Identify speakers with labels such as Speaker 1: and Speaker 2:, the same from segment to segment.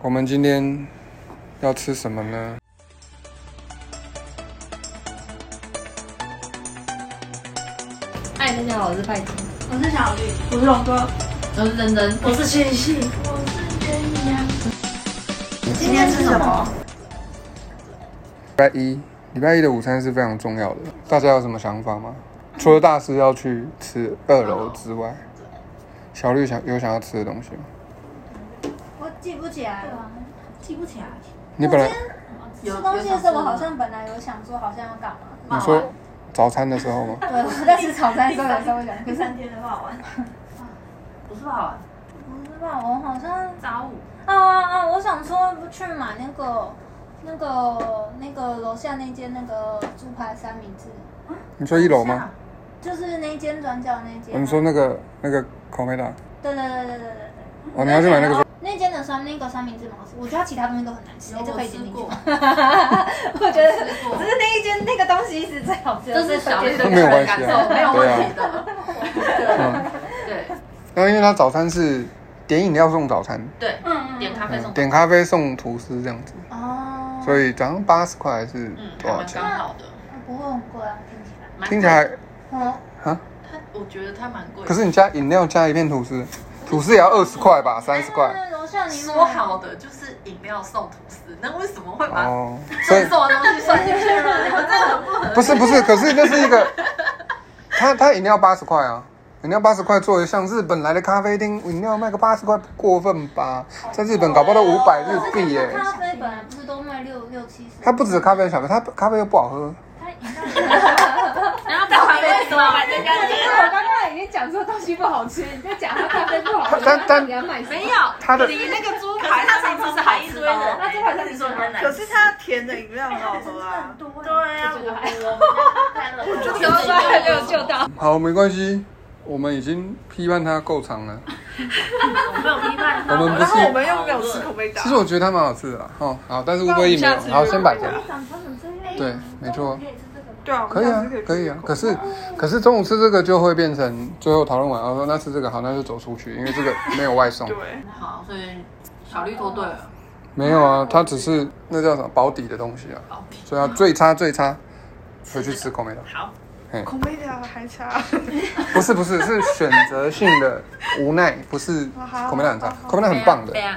Speaker 1: 我们今天要吃什么呢？
Speaker 2: 嗨，哎大家好，我是拜金，
Speaker 3: 我是小鱼，我是龙哥，
Speaker 2: 我是珍珍。
Speaker 3: 我是千玺，我是真阳。今天吃什么？
Speaker 1: 礼拜一，礼拜一的午餐是非常重要的。大家有什么想法吗？除了大师要去吃二楼之外，小绿想有想要吃的东西吗？
Speaker 4: 我记不起来了，记不起来。
Speaker 1: 你本来
Speaker 4: 吃东西的时候，我好像本来有想说好像要干嘛，
Speaker 1: 你说早餐的时候吗？
Speaker 4: 对， 我在吃炒菜的时候有稍微想，可
Speaker 3: 第
Speaker 4: 是
Speaker 3: 三天的好玩，不是
Speaker 2: 啊
Speaker 3: 好玩，
Speaker 4: 不知道我好像
Speaker 3: 杂舞。
Speaker 4: 啊啊啊！我想说去买那个那个那个楼下那间那个猪排三明治，
Speaker 1: 你说一楼吗？哦
Speaker 4: 就是那间转角那间。啊
Speaker 1: 你说那个那个口美达，
Speaker 4: 对？对对对对对对对。
Speaker 1: 哦，你要去买那个
Speaker 4: 那间的三那个三明治蛮好吃，我觉得它其他东西都很难吃，哎，这可以剪进去
Speaker 3: 有我
Speaker 4: 吗
Speaker 3: 吃。
Speaker 4: 我觉得
Speaker 3: 吃过
Speaker 4: 只是那一间那个东西是最好吃的，
Speaker 2: 这是小绿的
Speaker 4: 的
Speaker 1: 都没有关系啊
Speaker 2: 感受，没有
Speaker 1: 对
Speaker 2: 问
Speaker 1: 啊
Speaker 2: 题的。啊
Speaker 1: 嗯，
Speaker 2: 对
Speaker 1: 然后因为他早餐是点饮料送早餐，
Speaker 2: 对，
Speaker 4: 嗯嗯，
Speaker 2: 点咖啡送
Speaker 1: 嗯，，点咖啡送吐司这样子，
Speaker 4: 哦，
Speaker 1: 所以早上八十块还是
Speaker 2: 嗯，
Speaker 1: 多
Speaker 2: 还
Speaker 1: 少
Speaker 2: 蛮
Speaker 1: 钱？
Speaker 2: 刚好
Speaker 3: 哦
Speaker 2: 的，
Speaker 4: 不会很贵啊，听起来。
Speaker 2: 蛮
Speaker 1: 嗯听起来
Speaker 4: 嗯，
Speaker 1: 啊，
Speaker 2: 它，我觉得它蛮贵的。
Speaker 1: 可是你加饮料加一片吐司，吐司也要二十块吧，三十块
Speaker 4: 那楼下你买
Speaker 2: 说好的就是饮料送吐司，那为什么会把
Speaker 1: 哦，所以
Speaker 2: 赠送的东西算进去呢？你们真的很不合理
Speaker 1: 不是不是，可是那是一个，他他饮料八十块啊，饮料八十块作为像日本来的咖啡厅，饮料卖个八十块不过分吧？在日本搞不好都五百日币耶、
Speaker 4: 咖啡本来不是都卖六六七十？
Speaker 1: 它不止咖啡很小杯，它咖啡又不好喝，
Speaker 4: 啊
Speaker 2: 然后到底为什么把人家接
Speaker 5: 我刚刚已经讲说东西不好吃，你在讲他咖啡不好
Speaker 1: 它
Speaker 5: 喝，
Speaker 1: 但但
Speaker 5: 你要买什么？
Speaker 2: 没有，
Speaker 1: 它 的
Speaker 2: 你那个猪排，它上次是还一堆人，
Speaker 5: 那这款是你说的
Speaker 6: 可是它甜的饮料很好喝啊，
Speaker 3: 对啊，我我就
Speaker 5: 有吧，有救到。
Speaker 1: 好没关系，我们已经批判它够长了，
Speaker 3: 我没有批判
Speaker 1: 我们不
Speaker 6: 然后我
Speaker 1: 是。
Speaker 6: 们又没有吃口味
Speaker 1: 其实
Speaker 6: 达，
Speaker 1: 我觉得它蛮好吃的啦，哦，好，但是乌龟也没有，好，先摆着。对，没错，
Speaker 6: 对啊，我
Speaker 1: 可
Speaker 6: 们
Speaker 1: 以
Speaker 6: 下
Speaker 1: 啊
Speaker 6: 次，
Speaker 1: 可以
Speaker 6: 吃
Speaker 1: 啊。
Speaker 6: 口
Speaker 1: 可是，可是中午吃这个就会变成最后讨论完，我说那吃这个好，那就走出去，因为这个没有外送。
Speaker 6: 对，
Speaker 2: 好，所以小绿脱队了，
Speaker 1: 没有啊，它只是那叫什么保底的东西啊，
Speaker 2: 好，
Speaker 1: 所以要最差最差，回去吃口美的。
Speaker 2: 好，
Speaker 6: 口味达还差，
Speaker 1: 不是不是，是选择性的无奈，不是口美的很差，口美的很棒的
Speaker 2: 对。啊，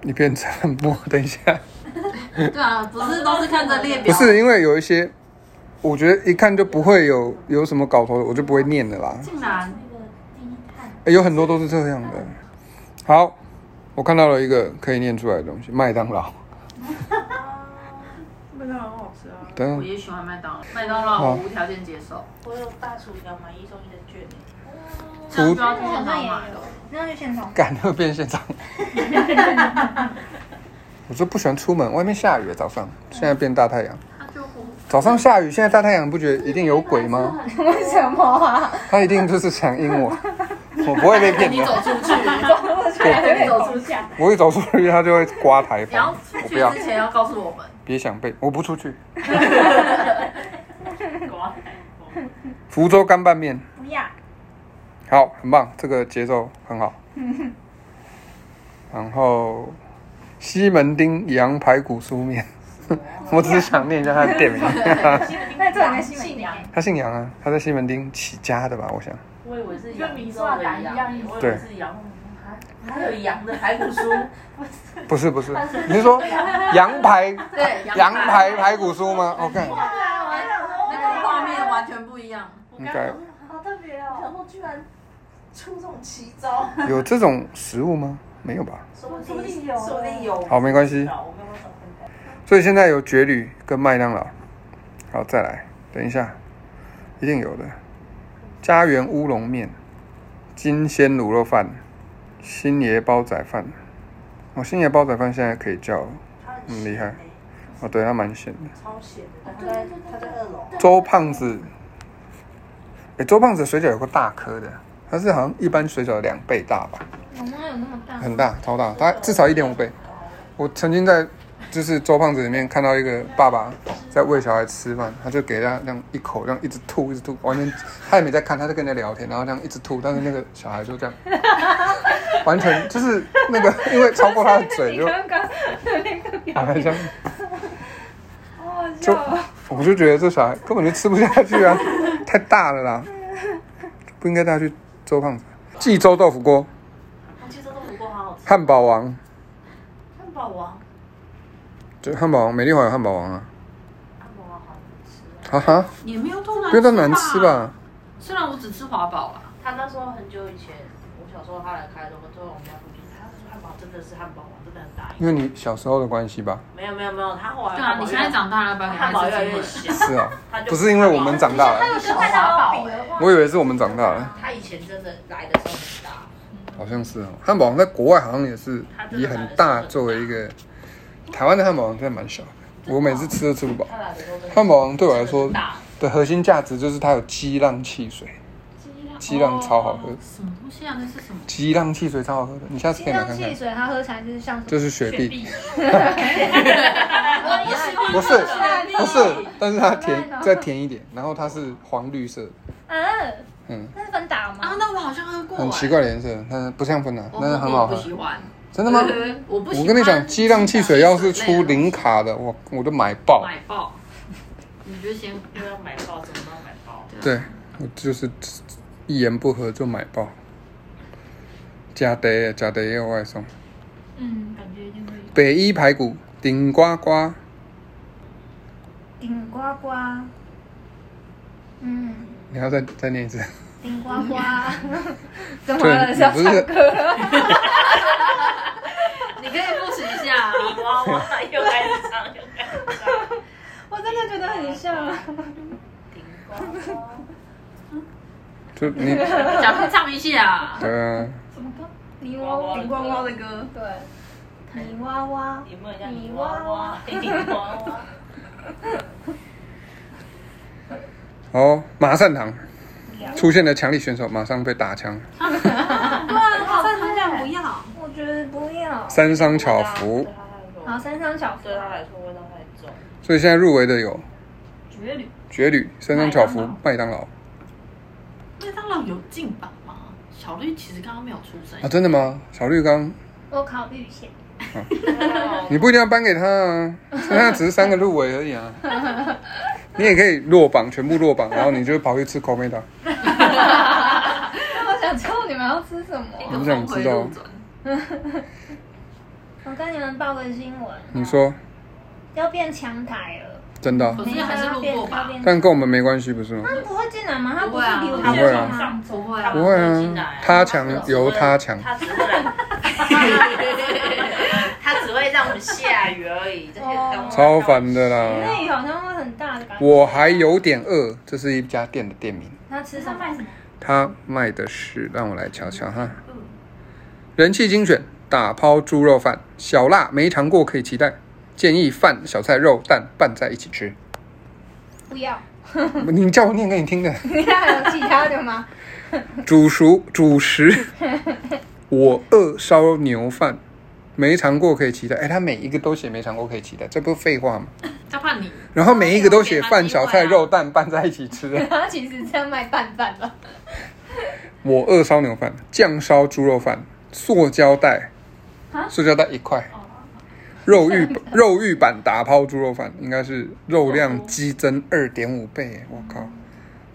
Speaker 1: 你变沉默，等一下，
Speaker 2: 对啊，不是都是看着列
Speaker 1: 不
Speaker 2: 表，
Speaker 1: 是因为有一些，我觉得一看就不会有有什么搞头的，我就不会念的啦。
Speaker 2: 竟然
Speaker 1: 欸有很多都是这样的。好，我看到了一个可以念出来的东西，麦当劳。
Speaker 6: 真的很好吃啊。
Speaker 1: 等
Speaker 2: 我
Speaker 1: 一下
Speaker 2: 也喜欢麦当劳，麦当劳我无条件接受，
Speaker 3: 我有大薯条买一送一的券，
Speaker 2: 这样就要去现场买了。
Speaker 4: 那就现场。
Speaker 1: 赶那变 现场。我就不喜欢出门，外面下雨，早上现在变大太阳。
Speaker 2: 他啊就不
Speaker 1: 早上下雨，现在大太阳，不觉得一定有鬼吗？
Speaker 4: 为什么啊？
Speaker 1: 他一定就是想阴我，我不会被骗
Speaker 2: 啊你走
Speaker 1: 的。
Speaker 2: 出去，你走出去，
Speaker 1: 我一走出去，他就会刮台
Speaker 2: 你要
Speaker 1: 风。
Speaker 2: 出
Speaker 1: 我
Speaker 2: 去
Speaker 1: 不要
Speaker 2: 之，前要告诉我们。
Speaker 1: 别想被，我不出去。
Speaker 3: 瓜
Speaker 1: 福州干拌面，
Speaker 4: 不要，
Speaker 1: 好，很棒，这个节奏很 好。然后西门町羊排骨酥面， 我只是想念一下他的店 名。
Speaker 4: 那这里面西
Speaker 3: 信
Speaker 4: 门
Speaker 3: 仰，
Speaker 1: 他姓杨啊，他在西门町起家的吧？我 想。
Speaker 7: 我以为是
Speaker 3: 就
Speaker 7: 羊
Speaker 3: 米
Speaker 7: 肉
Speaker 3: 刷
Speaker 7: 的
Speaker 3: 打一
Speaker 7: 羊，
Speaker 3: 样，
Speaker 7: 我以
Speaker 1: 对
Speaker 7: 为是羊，还有羊的排骨 酥，
Speaker 1: 不是不是，你是 说 羊排
Speaker 2: 对，
Speaker 7: 啊
Speaker 1: 羊排排骨酥吗？OK，
Speaker 2: 那个画面完全不一样。
Speaker 1: 应该
Speaker 3: 好特别
Speaker 7: 我
Speaker 3: 哦，
Speaker 7: 想说居然出这种奇招，
Speaker 1: 有这种食物吗？没有吧。
Speaker 7: 说
Speaker 3: 哦说不定有
Speaker 7: 说不定有。
Speaker 1: 好，没关系。
Speaker 7: 好，我刚刚想分开。
Speaker 1: 所以现在有绝旅跟麦当劳。好，再来，等一下，一定有的。家园乌龙面、金鲜卤肉饭、新爷煲仔饭。哦，新爷煲仔饭现在可以叫了
Speaker 7: 它很
Speaker 1: 嗯
Speaker 7: 咸
Speaker 1: 厉害
Speaker 7: 欸，
Speaker 1: 哦，对，它蛮咸的。
Speaker 7: 超咸的。它在
Speaker 4: 哦
Speaker 7: 它在二楼，
Speaker 1: 周胖子，哎、周胖子的水饺有个大颗的，它是好像一般水饺的两倍大吧，
Speaker 4: 我妈有那么大？
Speaker 1: 很大，超大，它至少一点五倍。我曾经在就是周胖子里面看到一个爸爸在喂小孩吃饭，他就给他这样一口，这样一直吐，一直 吐，完全他也没在看，他在跟人家聊天，然后这样一直吐，但是那个小孩就这样，完全就是那个，因为超过他的嘴
Speaker 5: 你
Speaker 1: 就
Speaker 5: 刚刚的那个表
Speaker 1: 打开
Speaker 5: 情，
Speaker 1: 枪，
Speaker 5: 好好
Speaker 1: 就
Speaker 5: 笑哦。
Speaker 1: 我就觉得这小孩根本就吃不下去啊，太大了啦，不应该带他去周胖子。济州豆腐锅、
Speaker 3: 我记得哦都不够好好吃。
Speaker 1: 汉堡王，
Speaker 3: 汉堡王，
Speaker 1: 就汉堡王，美丽华有汉堡王啊，
Speaker 3: 汉堡王好难吃哦。
Speaker 1: 哈哈，
Speaker 2: 也没有多难，
Speaker 1: 不要那么难吃？吧？
Speaker 2: 虽然我只吃华堡啊啦，
Speaker 3: 他那时候很久以前，我小时候他来开的，我坐在我们家附近，他说汉堡真的是汉堡王，真的很大一
Speaker 1: 因
Speaker 3: 个。
Speaker 1: 为你小时候的关系吧？
Speaker 3: 没有没有没有，他后来
Speaker 2: 对啊，你现在长大了，要不要给
Speaker 3: 汉堡
Speaker 2: 他一
Speaker 3: 越来
Speaker 2: 次机
Speaker 3: 越
Speaker 2: 会？
Speaker 3: 小，
Speaker 1: 是啊，
Speaker 3: 他就
Speaker 1: 不是因为我们长大了，
Speaker 4: 跟麦当劳比的话，
Speaker 1: 我以为是我们长大了，
Speaker 3: 他以前真的来的时候很大，
Speaker 1: 好像是哦。汉堡王在国外好像也是以很大作为一个，台湾的汉堡王真的蛮小的，我每次吃都吃不饱。
Speaker 3: 他来的时候真的
Speaker 1: 汉堡王对我来说
Speaker 3: 真的大，
Speaker 1: 的核心价值就是它有激浪汽水，激浪超好喝，
Speaker 2: 什么东西啊？那是什么？
Speaker 1: 激浪汽水超好喝的，你下次可以买看
Speaker 4: 汽
Speaker 1: 看。
Speaker 4: 水它喝起来就是像
Speaker 1: 就是雪碧，
Speaker 4: 我不喜欢
Speaker 1: 不是不是，但是它
Speaker 4: 好烂
Speaker 1: 甜
Speaker 4: 哦
Speaker 1: 再甜一点，然后它是黄绿色的，
Speaker 4: 嗯，
Speaker 1: 嗯，
Speaker 4: 那是芬达
Speaker 2: 啊
Speaker 4: 吗？，
Speaker 2: 那我好像喝过，哎
Speaker 1: 很奇，怪的颜色，但是不像芬达，但是很好
Speaker 2: 我
Speaker 1: 喝
Speaker 2: 不。喜欢，
Speaker 1: 真的吗？
Speaker 2: 呃我不喜欢。
Speaker 1: 我跟你讲，激浪汽水要是出零卡的，我我都买爆。
Speaker 2: 买爆，你就先
Speaker 3: 又要买包，怎么都要买 包。
Speaker 1: 对，我就是一言不合就买爆。加德加德也有外送，
Speaker 4: 嗯，
Speaker 2: 感觉一定会有。
Speaker 1: 北一排骨顶呱呱，
Speaker 4: 顶呱呱，嗯，
Speaker 1: 你要再再念一次。
Speaker 4: 顶呱呱，
Speaker 5: 怎么了？
Speaker 1: 对
Speaker 5: 是要
Speaker 1: 你不
Speaker 5: 唱
Speaker 1: 是
Speaker 5: 歌？
Speaker 2: 你可以复习一下啊，
Speaker 3: 哇哇，又开始唱，又开始唱，
Speaker 5: 我真的觉得很像。
Speaker 3: 顶呱呱。
Speaker 1: 就你
Speaker 2: 讲会唱一下。
Speaker 1: 对啊，
Speaker 4: 什么歌？泥娃娃，
Speaker 3: 顶
Speaker 6: 顶呱呱的歌，
Speaker 4: 对，泥娃娃，
Speaker 3: 有没有叫泥娃娃？泥娃 娃，
Speaker 1: 哦，马善堂出现的强力选手马上被打枪，
Speaker 2: 好像好想不要。
Speaker 4: 我觉得不要。
Speaker 1: 三商巧福，
Speaker 4: 好，三商小福
Speaker 3: 对，他来说味道太重。
Speaker 1: 所以现在入围的有
Speaker 2: 绝旅，
Speaker 1: 绝旅、三商巧福、麦当劳
Speaker 2: 麦当劳有进榜吗？小绿其实刚刚没有出 声
Speaker 1: 啊，，真的吗？小绿刚
Speaker 4: 我考虑一下。
Speaker 1: 你不一定要颁给他啊，他只是三个入围而已啊。你也可以落榜，全部落榜，然后你就跑去吃 c o m e d a
Speaker 5: 那我想知道你们要吃什么。
Speaker 1: 我想知道。
Speaker 4: 我跟你们报个新闻，啊
Speaker 1: 你说
Speaker 4: 要变强台了，
Speaker 1: 真的啊、
Speaker 2: 可是还是路过吧
Speaker 4: 要变
Speaker 1: 但跟我们没关系，不是吗
Speaker 4: 他？们不会进来吗？他
Speaker 2: 不
Speaker 4: 不
Speaker 2: 会
Speaker 4: 是
Speaker 2: 啊
Speaker 4: 比我
Speaker 1: 不
Speaker 4: 们
Speaker 1: 会啊
Speaker 4: 强吗？
Speaker 2: 不会
Speaker 3: 他
Speaker 2: 啊
Speaker 3: 们
Speaker 1: 不会啊
Speaker 3: 进来
Speaker 1: 他强由他强
Speaker 3: 他只会来，他只会让我们下雨而已。这些东西
Speaker 1: 超烦的
Speaker 4: 那
Speaker 1: 啦！
Speaker 4: 里好像会很大的感觉。
Speaker 1: 我还有点饿，这是一家店的店名，
Speaker 4: 他吃什么？
Speaker 1: 它卖的是，让我来瞧瞧哈。人气精选打抛猪肉饭，小辣没尝过可以期待，建议饭、小菜、肉、蛋拌在一起吃。
Speaker 4: 不要。
Speaker 1: 你叫我念给你听的。
Speaker 4: 你还有其他的吗？
Speaker 1: 主熟主食，我饿烧牛饭，没尝过可以期待。哎，他每一个都写没尝过可以期待，这不是废话吗？
Speaker 2: 他怕你
Speaker 1: 然后每一个都写
Speaker 2: 那我
Speaker 1: 饭、
Speaker 2: 给他机会啊
Speaker 1: 小菜、肉蛋拌在一起吃。
Speaker 5: 他其实在卖拌饭吧？
Speaker 1: 我饿烧牛饭，酱烧猪肉饭，塑胶袋，塑胶袋一块，肉玉肉玉版打抛猪肉饭，应该是肉量激增二点五倍。我靠，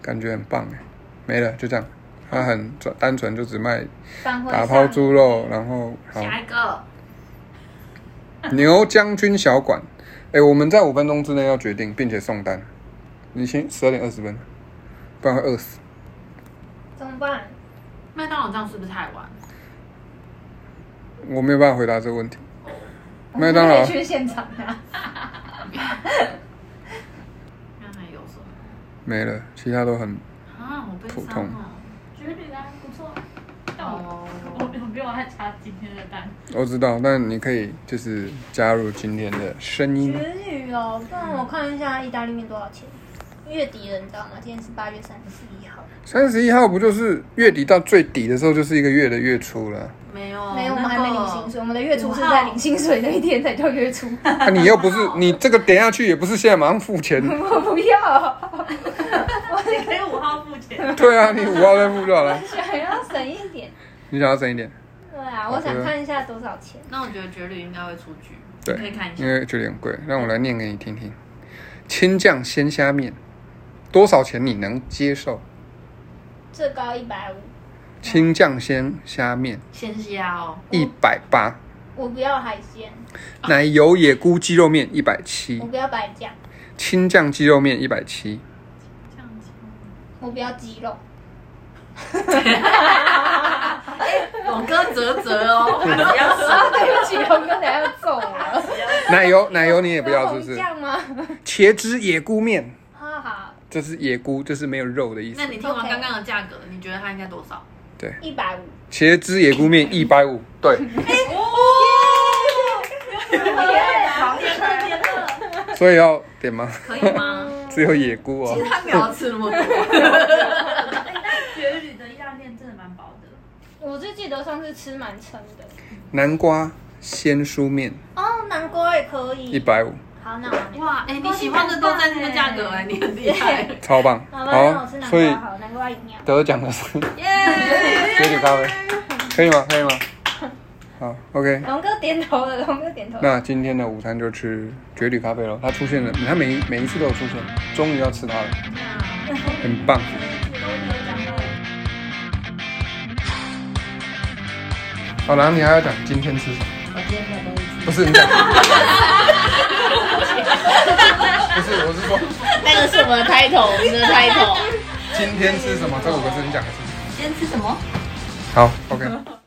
Speaker 1: 感觉很棒哎，没了就这样。它很单纯，就只卖
Speaker 4: 返回
Speaker 1: 打抛猪肉，然后 好。
Speaker 2: 下一个
Speaker 1: 牛将军小馆，哎、我们在五分钟之内要决定，并且送单。你先十二点二十分，不然会饿死。
Speaker 4: 怎么办？
Speaker 2: 麦当劳这样是不是太晚？
Speaker 1: 我没有办法回答这个问题。麦
Speaker 5: 我
Speaker 1: 当
Speaker 5: 们
Speaker 1: 劳
Speaker 5: 可以去现场啊。
Speaker 2: 那还有什么？
Speaker 1: 没了，其他都很
Speaker 2: 啊，好悲
Speaker 1: 普
Speaker 2: 伤
Speaker 1: 通
Speaker 2: 哦。
Speaker 8: 绝对啊，不错。但我我
Speaker 2: 哦，
Speaker 8: 我没有爱查今天的蛋，
Speaker 1: 我知道，但你可以就是加入今天的声音。
Speaker 4: 绝旅哦，不然我看一下意大利面多少钱。月底了，你知道吗？今天是八月三十一号。
Speaker 1: 三十一号不就是月底到最底的时候，就是一个月的月初了？
Speaker 2: 没
Speaker 5: 哦
Speaker 2: 有，
Speaker 4: 没有，我们还没领薪水，我们的月初是
Speaker 2: 五号
Speaker 4: 在领薪水那一天才叫月初。
Speaker 1: 啊，你又不是你这个点下去，也不是现在马上付钱。
Speaker 4: 我不 要，
Speaker 3: 你可以五号付钱。
Speaker 1: 对啊，你五号再付就好了。
Speaker 4: 想要省一点。
Speaker 1: 你想要省一点，
Speaker 4: 对啦，我想看一下多少钱。
Speaker 2: 那我觉得绝旅应该会出局，
Speaker 1: 对
Speaker 2: 可以看一下
Speaker 1: 因。为觉得有点贵，让我来念给你听听。青酱鲜虾面多少钱你能接受？
Speaker 4: 最高一百五，
Speaker 1: 青酱鲜虾面
Speaker 2: 鲜虾哦，
Speaker 1: 一百八，
Speaker 4: 我不要海鲜，
Speaker 1: 奶油野菇鸡肉面一百七
Speaker 4: 我，不要白酱，
Speaker 1: 青酱鸡肉面一百七，
Speaker 8: 这样子。
Speaker 4: 我不要鸡肉，
Speaker 2: 龙哥啧啧哦，他只要
Speaker 5: 啊，对不起，龙哥等下要揍我了。
Speaker 1: 奶 油奶油 你也不要是不是？
Speaker 4: 有红 酱吗？
Speaker 1: 茄汁野菇面，
Speaker 4: 哈哈，
Speaker 1: 这是野菇，这是没有肉的意思
Speaker 2: 那。你听完刚刚的价格，你觉得它应该多少？
Speaker 4: 一百五，
Speaker 1: 茄汁野菇面一百五，对， 所以要点吗？
Speaker 2: 可以吗？
Speaker 1: 只有野菇哦
Speaker 2: 其。实他没有要吃那么多，
Speaker 8: 哎，但绝旅的药店真的蛮薄的。
Speaker 4: 我就记得上次吃蛮撑的。
Speaker 1: 南瓜鲜蔬面
Speaker 4: 哦，南瓜也可以。
Speaker 1: 一百五，
Speaker 4: 好，那我哇，
Speaker 2: 哇，哎，你喜欢的都在那个价格，哎，你很厉害。
Speaker 1: 超棒。
Speaker 4: 好吧，那
Speaker 1: 好
Speaker 4: 我吃，南
Speaker 1: 所以
Speaker 4: 瓜好，南瓜营养。
Speaker 1: 得奖的是 雪里咖啡，可以吗？可以吗？好，OK。
Speaker 4: 龙哥点头了，龙哥点头了。
Speaker 1: 那今天的午餐就吃绝旅咖啡喽，它出现了，它每每一次都有出现，终于要吃它了，很棒。好，然后你还要讲今天吃什么？我今天没有东西。不是你讲。不是，我是说
Speaker 9: 那个是我们的 title，我们的 title。
Speaker 1: 今天吃什么这五个字，你讲一次。
Speaker 9: 今天吃什么？
Speaker 1: 好，OK。